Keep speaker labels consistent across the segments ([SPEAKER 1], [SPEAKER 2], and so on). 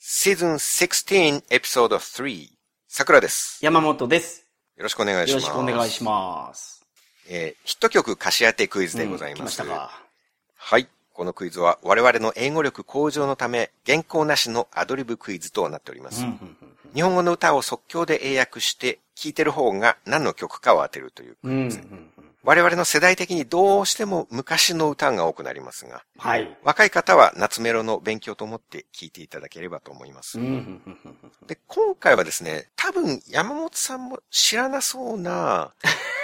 [SPEAKER 1] Season 16 Episode 3桜です。
[SPEAKER 2] 山本です。
[SPEAKER 1] よろしくお願いし
[SPEAKER 2] よ
[SPEAKER 1] ま
[SPEAKER 2] ろ
[SPEAKER 1] す。
[SPEAKER 2] しくお願いします。
[SPEAKER 1] えーヒット曲歌詞当てクイズでござい
[SPEAKER 2] うん来
[SPEAKER 1] ま。
[SPEAKER 2] ますしたか。
[SPEAKER 1] はい。このクイズは我々の英語力向上のため、原稿なしのアドリブクイズとなっておりま
[SPEAKER 2] う
[SPEAKER 1] す。
[SPEAKER 2] んうんうん
[SPEAKER 1] 日本語の歌を即興で英訳して、聴いてる方が何の曲かを当てるという。
[SPEAKER 2] うんうんうん
[SPEAKER 1] 我々の世代的にどうしても昔の歌が多くなりますが、
[SPEAKER 2] はい。
[SPEAKER 1] 若い方は夏メロの勉強と思って聴いていただければと思います
[SPEAKER 2] うん。うんうんうんうん
[SPEAKER 1] で、今回はですね、多分山本さんも知らなそうな、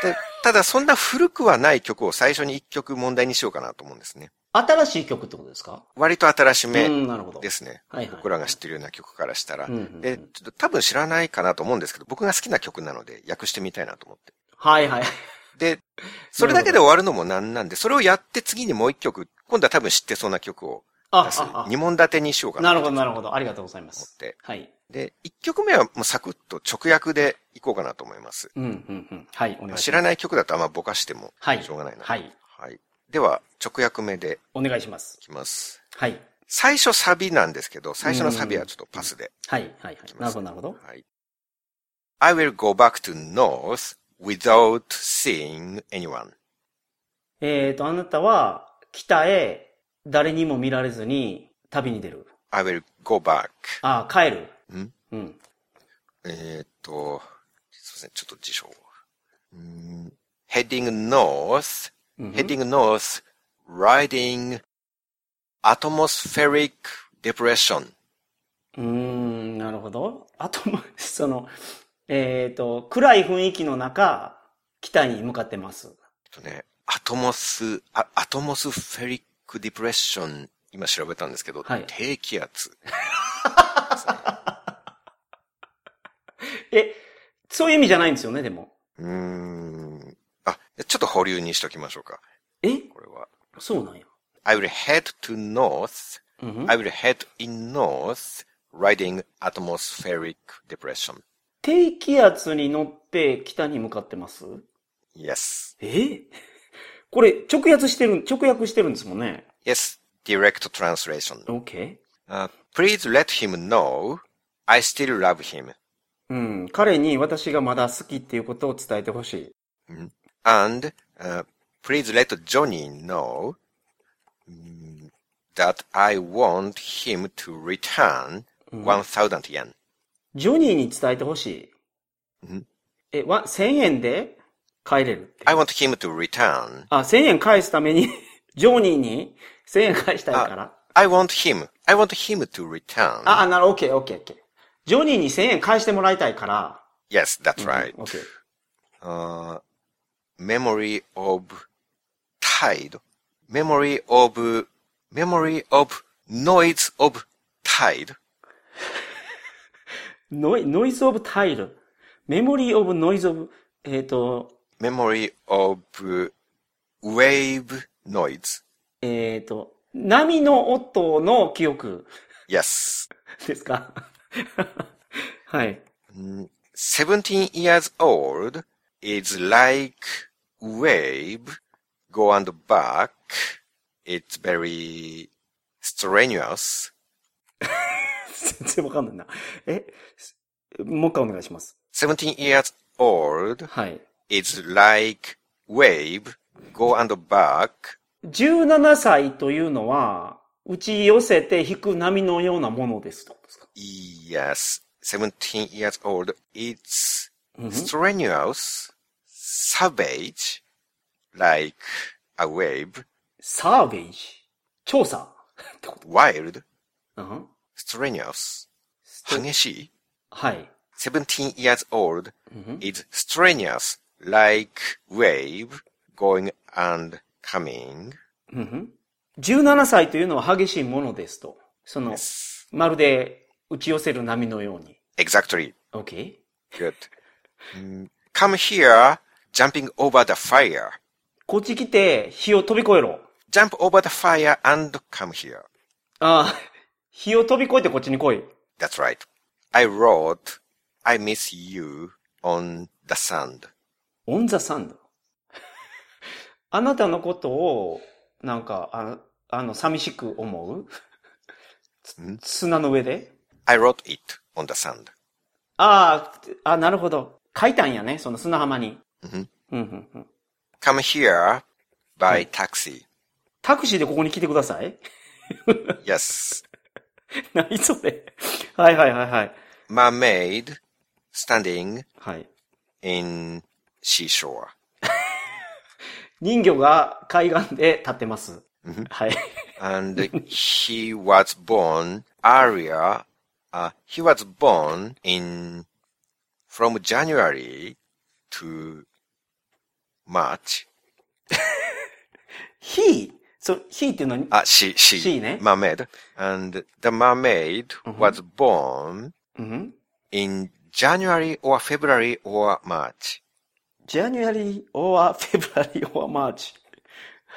[SPEAKER 1] で ただそんな古くはない曲を最初に一曲問題にしようかなと思うんですね。
[SPEAKER 2] 新しい曲ってことですか
[SPEAKER 1] 割と新し
[SPEAKER 2] う
[SPEAKER 1] め
[SPEAKER 2] ん、なるほど。
[SPEAKER 1] ですね。
[SPEAKER 2] はいはい。
[SPEAKER 1] 僕らが知ってるような曲からしたら
[SPEAKER 2] うん。うんうん
[SPEAKER 1] で、ちょっと多分知らないかなと思うんですけど、僕が好きな曲なので訳してみたいなと思って。
[SPEAKER 2] はいはい。
[SPEAKER 1] で、それだけで終わるのもなんなんで、それをやって次にもう一曲、今度は多分知ってそうな曲を
[SPEAKER 2] あ
[SPEAKER 1] 出す。
[SPEAKER 2] あ、
[SPEAKER 1] 二問立てにしよう
[SPEAKER 2] あ、
[SPEAKER 1] かな。
[SPEAKER 2] なるほどな
[SPEAKER 1] る
[SPEAKER 2] るほど。ありがとうございま
[SPEAKER 1] 思
[SPEAKER 2] す
[SPEAKER 1] っ。て。
[SPEAKER 2] はい。
[SPEAKER 1] で、一曲目はもうサクッと直訳でいこうかなと思います。
[SPEAKER 2] うんうんうん。はい、お願いします。
[SPEAKER 1] 知ら
[SPEAKER 2] い。
[SPEAKER 1] ない曲だとあんまぼかしても
[SPEAKER 2] はい
[SPEAKER 1] しょうがないな。
[SPEAKER 2] はい。
[SPEAKER 1] はいでは、直訳目で
[SPEAKER 2] お願いします
[SPEAKER 1] い。きます。
[SPEAKER 2] はい。
[SPEAKER 1] 最初サビなんですけど、最初のサビはちょっとパスで。
[SPEAKER 2] はいはいはい
[SPEAKER 1] き。
[SPEAKER 2] な
[SPEAKER 1] ま
[SPEAKER 2] る
[SPEAKER 1] す
[SPEAKER 2] ほどなるほど。
[SPEAKER 1] はい。I will go back to North without seeing anyone.
[SPEAKER 2] えっと、あなたは北へ誰にも見られずに旅に出る。
[SPEAKER 1] I will go back.
[SPEAKER 2] ああ、帰る。
[SPEAKER 1] ん
[SPEAKER 2] うん。
[SPEAKER 1] えーっと、すいません、ちょっと辞書を。うーん heading north,
[SPEAKER 2] うん
[SPEAKER 1] heading north, riding atmospheric depression.
[SPEAKER 2] うーん、なるほど。あと、ま その、えっと、暗い雰囲気の中、北に向かってます。
[SPEAKER 1] えっとね、アトモス、あアトモスフェリックディプレッション、今調べたんですけど、
[SPEAKER 2] はい
[SPEAKER 1] 低気圧。
[SPEAKER 2] え、そういう意味じゃないんですよね、でも。
[SPEAKER 1] うーん。あ、ちょっと保留にしときましょうか。
[SPEAKER 2] え
[SPEAKER 1] これは。
[SPEAKER 2] そうなんや。
[SPEAKER 1] I will head to north.
[SPEAKER 2] うんふん
[SPEAKER 1] I will head in north, riding atmospheric depression.
[SPEAKER 2] 低気圧に乗って北に向かってます
[SPEAKER 1] Yes.
[SPEAKER 2] えこれ、直訳してる、直訳してるんですもんね。
[SPEAKER 1] Yes. Direct translation.
[SPEAKER 2] OK。
[SPEAKER 1] Uh, please let him know I still love him.
[SPEAKER 2] うん。彼に私がまだ好きっていうことを伝えてほしい。
[SPEAKER 1] And uh, please let Johnny know mm, that I want him to return 1,000 yen.
[SPEAKER 2] ジョニーに伝えてほしい。
[SPEAKER 1] うん
[SPEAKER 2] え、わ、1000円で帰れるって。
[SPEAKER 1] I want him to return.
[SPEAKER 2] あ、1000円返すために、 ジョニーに1000円返したいから。
[SPEAKER 1] I want him. I want him to return.
[SPEAKER 2] あ、あ、なるほど、OK、OK、OK。ジョニーに1000円返してもらいたいから。
[SPEAKER 1] yes, that's right.
[SPEAKER 2] うん OK。
[SPEAKER 1] Uh, memory of tide. Memory of memory of noise of tide.
[SPEAKER 2] ノイ、ノイズオブタイル。メモリーオブノイズオブ、えっ、と、
[SPEAKER 1] Memory of uh, wave noise.
[SPEAKER 2] えっ、と、波の音の記憶
[SPEAKER 1] Yes.
[SPEAKER 2] ですか はい。
[SPEAKER 1] 17 years old is like wave go and back. It's very strenuous.
[SPEAKER 2] 全然わかんないな。え、すもう一回お願いします。
[SPEAKER 1] 17 years old
[SPEAKER 2] はい。
[SPEAKER 1] is like wave go and back.
[SPEAKER 2] 17歳というのは、打ち寄せて引く波のようなものですってことですか
[SPEAKER 1] Yes. 17 years old. It's
[SPEAKER 2] うん
[SPEAKER 1] strenuous, savage, like a wave,
[SPEAKER 2] サーベージ。調査ってこと。
[SPEAKER 1] wild,
[SPEAKER 2] うん、
[SPEAKER 1] strenuous,
[SPEAKER 2] スト
[SPEAKER 1] 激しい。
[SPEAKER 2] はい。
[SPEAKER 1] 17 years old
[SPEAKER 2] うん、
[SPEAKER 1] is strenuous like wave going and coming.
[SPEAKER 2] うん、17歳というのは激しいものですと。その、
[SPEAKER 1] Yes.
[SPEAKER 2] まるで打ち寄せる波のように。
[SPEAKER 1] Exactly.
[SPEAKER 2] OK?
[SPEAKER 1] Good. Mm. Come here, jumping over the fire.
[SPEAKER 2] こっち来て火を飛び越えろ。
[SPEAKER 1] Jump over the fire and come here.
[SPEAKER 2] あ あ、火を飛び越えてこっちに来い。
[SPEAKER 1] That's right. I wrote, I miss you on the sand.
[SPEAKER 2] オンザサンド。あなたのことを、なんか、ああの、寂しく思うつ砂の上で
[SPEAKER 1] I wrote it on the sand.
[SPEAKER 2] ああ、あ、なるほど。書いたんやね、その砂浜に。
[SPEAKER 1] Mhm.
[SPEAKER 2] うんうんうん。
[SPEAKER 1] Come here by taxi.
[SPEAKER 2] タクシーでここに来てください。
[SPEAKER 1] Yes.
[SPEAKER 2] 何それ。はいはいはいはい。
[SPEAKER 1] Mermaid standing
[SPEAKER 2] はい。
[SPEAKER 1] in seashore.
[SPEAKER 2] 人魚が海岸で立ってます。はい。
[SPEAKER 1] And he was born area. Uh, he was born in from January to March.
[SPEAKER 2] he, そ he っていうの
[SPEAKER 1] Uh,
[SPEAKER 2] は、
[SPEAKER 1] she, she,
[SPEAKER 2] She ね。
[SPEAKER 1] mermaid. And the mermaid was born
[SPEAKER 2] うん、
[SPEAKER 1] in January or February or March.
[SPEAKER 2] January or February or March.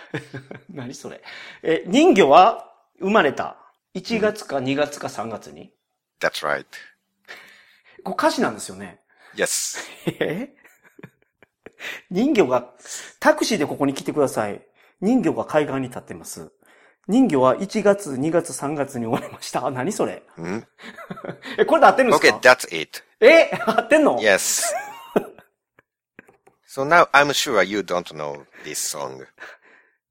[SPEAKER 2] 何それ。え、人魚は生まれた。1月か2月か3月に。
[SPEAKER 1] That's right.
[SPEAKER 2] これ歌詞なんですよね。
[SPEAKER 1] Yes.
[SPEAKER 2] え人魚が、タクシーでここに来てください。人魚が海岸に立ってます。人魚は1月、2月、3月に終わりました。 あ何それ。
[SPEAKER 1] Mm.
[SPEAKER 2] え、これで合ってるんですか
[SPEAKER 1] Okay, that's it.
[SPEAKER 2] え合ってんの
[SPEAKER 1] Yes. so now I'm sure you don't know this song.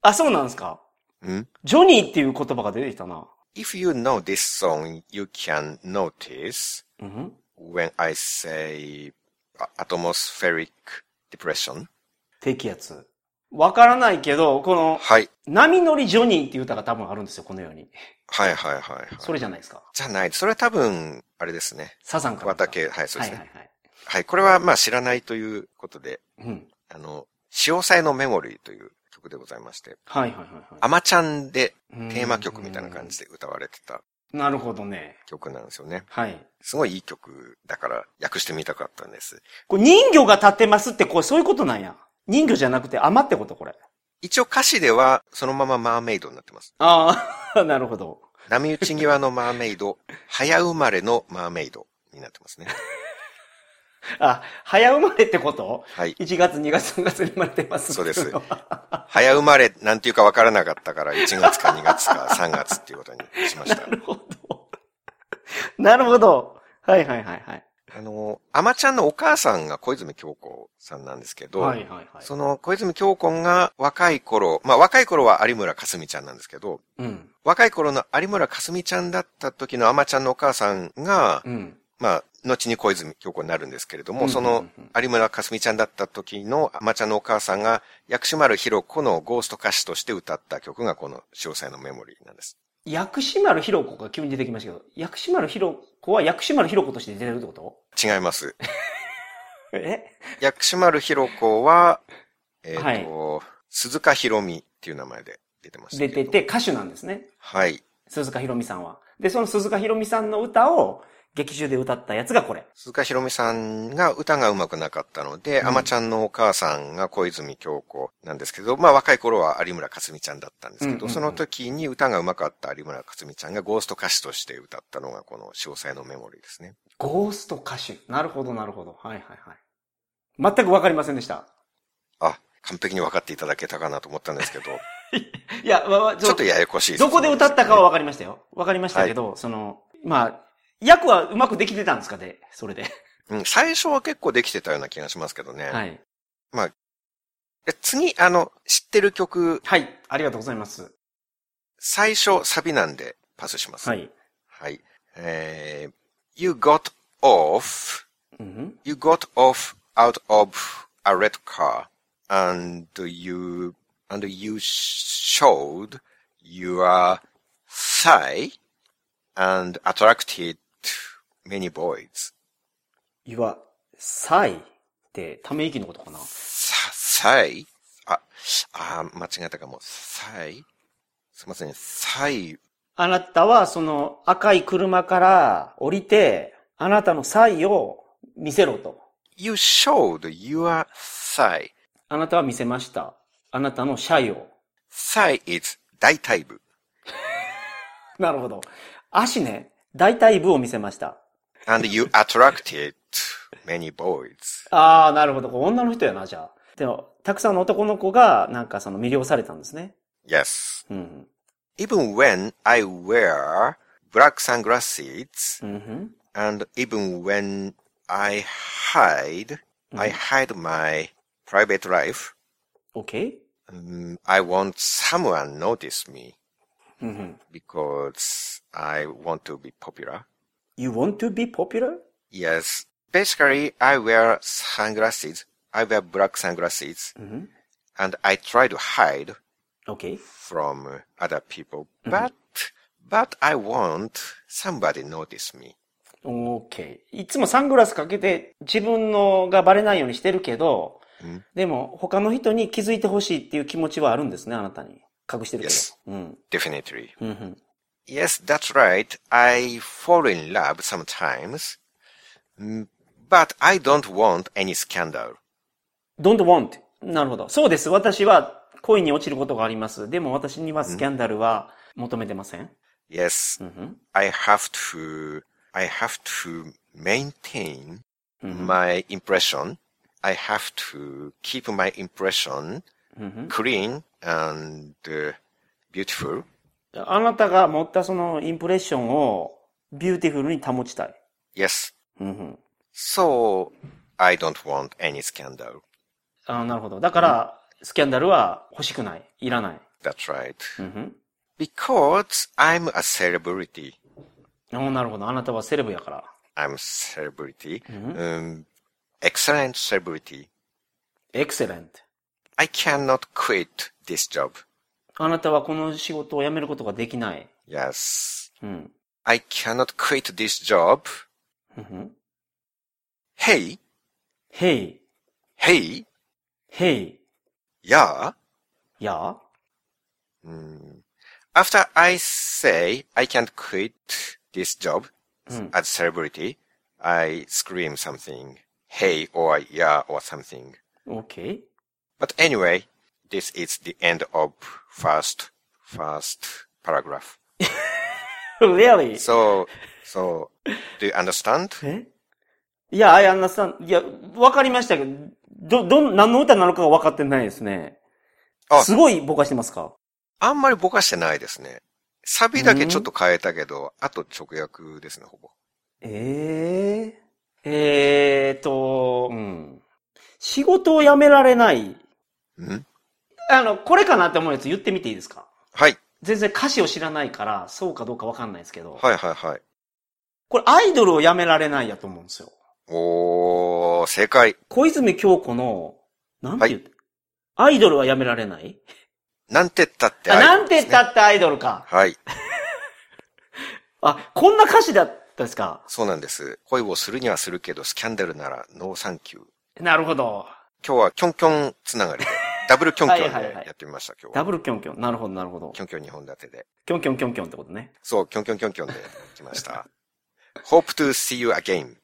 [SPEAKER 2] あ、そうなんですか
[SPEAKER 1] Mm.
[SPEAKER 2] ジョニーっていう言葉が出てきたな。
[SPEAKER 1] If you know this song, you can notice
[SPEAKER 2] うん、
[SPEAKER 1] when I say a- atmospheric depression.
[SPEAKER 2] 低気圧。わからないけど、この、
[SPEAKER 1] はい。
[SPEAKER 2] 波乗りジョニーっていう歌が多分あるんですよ、このように。
[SPEAKER 1] はいはいはい、はい。
[SPEAKER 2] それじゃないですか。
[SPEAKER 1] じゃない。それは多分、あれですね。
[SPEAKER 2] サザンから。
[SPEAKER 1] 桑田系、はい、そう
[SPEAKER 2] は
[SPEAKER 1] で
[SPEAKER 2] い
[SPEAKER 1] す
[SPEAKER 2] は
[SPEAKER 1] ね。
[SPEAKER 2] いは
[SPEAKER 1] はい、
[SPEAKER 2] い。
[SPEAKER 1] これはまあ知らないということで、
[SPEAKER 2] うん。
[SPEAKER 1] あの、潮騒のメモリーという曲でございまして、
[SPEAKER 2] はいはいはい
[SPEAKER 1] アマちゃんで
[SPEAKER 2] はい。
[SPEAKER 1] テーマ曲みたいな感じで歌われてた
[SPEAKER 2] うん。なるほどね。
[SPEAKER 1] 曲なんですよね。
[SPEAKER 2] はい。
[SPEAKER 1] すごいいい曲だから訳してみたかったんです。
[SPEAKER 2] これ人魚が立ってますって、これそういうことなんや。人魚じゃなくて雨ってこと、これ。
[SPEAKER 1] 一応歌詞ではそのままマーメイドになってます。
[SPEAKER 2] ああ、 なるほど。
[SPEAKER 1] 波打ち際のマーメイド、 早生まれのマーメイドになってますね。
[SPEAKER 2] あ、早生まれってこと
[SPEAKER 1] はい。
[SPEAKER 2] ?1 月、2月、3月に生まれてますっていのは。
[SPEAKER 1] そうで早生まれなんていうかわからなかったから、1月か2月か3月っていうことにしまし
[SPEAKER 2] な
[SPEAKER 1] た。
[SPEAKER 2] るほど。なるほど。はいはいはいはい。
[SPEAKER 1] あの、アマちゃんのお母さんが小泉京子さんなんですけど、
[SPEAKER 2] はいはいはい。
[SPEAKER 1] その小泉京子が若い頃、まあ若い頃は有村架純ちゃんなんですけど、
[SPEAKER 2] うん。
[SPEAKER 1] 若い頃の有村架純ちゃんだった時のアマちゃんのお母さんが、
[SPEAKER 2] うん。
[SPEAKER 1] まあ、後に小泉京子になるんですけれども、
[SPEAKER 2] うん
[SPEAKER 1] そ
[SPEAKER 2] うん
[SPEAKER 1] の
[SPEAKER 2] うん
[SPEAKER 1] 有村架純ちゃんだった時のアマちゃんのお母さんが、薬師丸ひろ子のゴースト歌手として歌った曲がこの詳細のメモリーなんです。
[SPEAKER 2] 薬師丸ひろ子が急に出てきましたけど、薬師丸ひろ子は薬師丸ひろ子として出てるってこと
[SPEAKER 1] 違います。
[SPEAKER 2] え
[SPEAKER 1] 薬師丸ひろ子は、えっ、と、鈴鹿ひろみっていう名前で出てましたけ
[SPEAKER 2] 出
[SPEAKER 1] ど。
[SPEAKER 2] てて歌手なんですね。
[SPEAKER 1] はい。
[SPEAKER 2] 鈴鹿ひろみさんは。で、その鈴鹿ひろみさんの歌を劇中で歌ったやつがこれ。
[SPEAKER 1] 鈴鹿ひろみさんが歌が上手くなかったので、
[SPEAKER 2] うん
[SPEAKER 1] あまちゃんのお母さんが小泉京子なんですけど、まあ若い頃は有村架純ちゃんだったんですけど、
[SPEAKER 2] うんうんうん
[SPEAKER 1] その時に歌が上手かった有村架純ちゃんがゴースト歌手として歌ったのがこの詳細のメモリーですね。
[SPEAKER 2] ゴースト歌手。なるほど、なるほど。はいはいはい。全くわかりませんでした。
[SPEAKER 1] あ、完璧に分かっていただけたかなと思ったん ですけど、
[SPEAKER 2] いや、わわ
[SPEAKER 1] ちょっとややこしいすね、
[SPEAKER 2] どこで歌ったかはわかりましたよ。わかりましたけど、その、まあ、役はうまくできてたんですかね、それで。
[SPEAKER 1] うん、最初は結構できてたような気がしますけどね。
[SPEAKER 2] はい。
[SPEAKER 1] で次、あの、知ってる曲、
[SPEAKER 2] はい、ありがとうございます。
[SPEAKER 1] 最初サビなんでパスします。。
[SPEAKER 2] はいい。
[SPEAKER 1] はい。えー、You got off
[SPEAKER 2] うん、
[SPEAKER 1] You got off out of a red car and you, and you showed your thigh and attracted many boys.
[SPEAKER 2] You are sigh ってため息のことかな。
[SPEAKER 1] さthigh? あ、あー、間違えたかも。thigh? すいません。thigh
[SPEAKER 2] あなたはその赤い車から降りて、あなたのサイを見せろと。
[SPEAKER 1] You showed your thigh.
[SPEAKER 2] あなたは見せました。あなたのシャイを。
[SPEAKER 1] thigh is 大腿部。
[SPEAKER 2] なるほど。足ね、大体部を見せました。
[SPEAKER 1] and you attracted many boys.
[SPEAKER 2] ああ、なるほど。これ女の人やな、じゃあ。でも、たくさんの男の子が、なんかその魅了されたんですね。
[SPEAKER 1] Yes.
[SPEAKER 2] うん。
[SPEAKER 1] Even when I wear black sunglasses,
[SPEAKER 2] うんふん
[SPEAKER 1] and even when I hide, I hide my private life,
[SPEAKER 2] ?OK?
[SPEAKER 1] um, I want someone notice me
[SPEAKER 2] うんふん
[SPEAKER 1] because I want to be popular.
[SPEAKER 2] You want to be popular?
[SPEAKER 1] Yes. Basically, I wear sunglasses. I wear black sunglasses
[SPEAKER 2] うんふん
[SPEAKER 1] and I try to hide
[SPEAKER 2] ?OK?
[SPEAKER 1] from uh, other people. But, but I want somebody notice me.
[SPEAKER 2] OK。いつもサングラスかけて自分のがバレないようにしてるけど、
[SPEAKER 1] うん
[SPEAKER 2] でも他の人に気づいてほしいっていう気持ちはあるんですね、あなたに。隠してるけど。
[SPEAKER 1] Yes.
[SPEAKER 2] うん。
[SPEAKER 1] Definitely.
[SPEAKER 2] うんうん。
[SPEAKER 1] Yes, that's right. I fall in love sometimes. Mm, But I don't want any scandal.
[SPEAKER 2] don't want. なるほど。そうです。私は恋に落ちることがあります。でも私にはスキャンダルは求めてません。
[SPEAKER 1] Yes,
[SPEAKER 2] うんうん。
[SPEAKER 1] I have to, I have to maintain
[SPEAKER 2] うんうん
[SPEAKER 1] my impression. I have to keep my impression
[SPEAKER 2] うんうん
[SPEAKER 1] clean and uh, beautiful.
[SPEAKER 2] あなたが持ったそのインプレッションをビューティフルに保ちたい。
[SPEAKER 1] Yes.
[SPEAKER 2] うんうん。
[SPEAKER 1] So I don't want any scandal.
[SPEAKER 2] あなるほど。だから、スキャンダルは欲しくない。いらない。
[SPEAKER 1] That's right.
[SPEAKER 2] うん、
[SPEAKER 1] Because I'm a celebrity.
[SPEAKER 2] うん。おなるほど。あなたはセレブやから。
[SPEAKER 1] I'm celebrity. Um, excellent celebrity.
[SPEAKER 2] エクセレント。
[SPEAKER 1] I cannot quit this job.
[SPEAKER 2] あなたはこの仕事を辞めることができない。
[SPEAKER 1] Yes.
[SPEAKER 2] うん。
[SPEAKER 1] I cannot quit this job.
[SPEAKER 2] うん
[SPEAKER 1] Hey,
[SPEAKER 2] Hey,
[SPEAKER 1] hey,
[SPEAKER 2] hey,
[SPEAKER 1] yeah.
[SPEAKER 2] yeah?
[SPEAKER 1] Mm. After I say I can't quit this job
[SPEAKER 2] Mm.
[SPEAKER 1] as celebrity, I scream something, hey or yeah or something.
[SPEAKER 2] Okay.
[SPEAKER 1] But anyway, this is the end of first, first paragraph.
[SPEAKER 2] Really?
[SPEAKER 1] So, so, do you understand?
[SPEAKER 2] えいや、I understand. いや、わかりましたけど、ど、どん、何の歌なのかが分かってないですね。
[SPEAKER 1] あ
[SPEAKER 2] すごいぼかしてますか
[SPEAKER 1] あんまりぼかしてないですね。サビだけちょっと変えたけど、あと直訳ですね、ほぼ。
[SPEAKER 2] えええーと、うん。仕事を辞められない。
[SPEAKER 1] ん
[SPEAKER 2] あの、これかなって思うやつ言ってみていいですか
[SPEAKER 1] はい。
[SPEAKER 2] 全然歌詞を知らないから、そうかどうかわかんないですけど。
[SPEAKER 1] はいはいはい。
[SPEAKER 2] これアイドルを辞められないやと思うんですよ。
[SPEAKER 1] おー、正解。
[SPEAKER 2] 小泉京子の、なんて言って、アイドルは辞められない
[SPEAKER 1] なんてったってア
[SPEAKER 2] あ、
[SPEAKER 1] イド
[SPEAKER 2] な
[SPEAKER 1] ル
[SPEAKER 2] ん
[SPEAKER 1] ですね、
[SPEAKER 2] て言ったってアイドルか。
[SPEAKER 1] はい。
[SPEAKER 2] あ、こんな歌詞だったですか
[SPEAKER 1] そうなんです。恋をするにはするけど、スキャンダルならノーサンキュー。
[SPEAKER 2] なるほど。
[SPEAKER 1] 今日はキョンキョンつながり で、ダブルキョンキョ
[SPEAKER 2] はいはい
[SPEAKER 1] ン
[SPEAKER 2] はい
[SPEAKER 1] でやってみました、今日
[SPEAKER 2] ダ
[SPEAKER 1] は。
[SPEAKER 2] ブルキョンキョン。なるほど、なるほど
[SPEAKER 1] キ。ョンキョン2本立てで。
[SPEAKER 2] キョンキョンキョンキョンってことね。
[SPEAKER 1] そう、キョンキョンキョンキョンで来ました。Hope to see you again.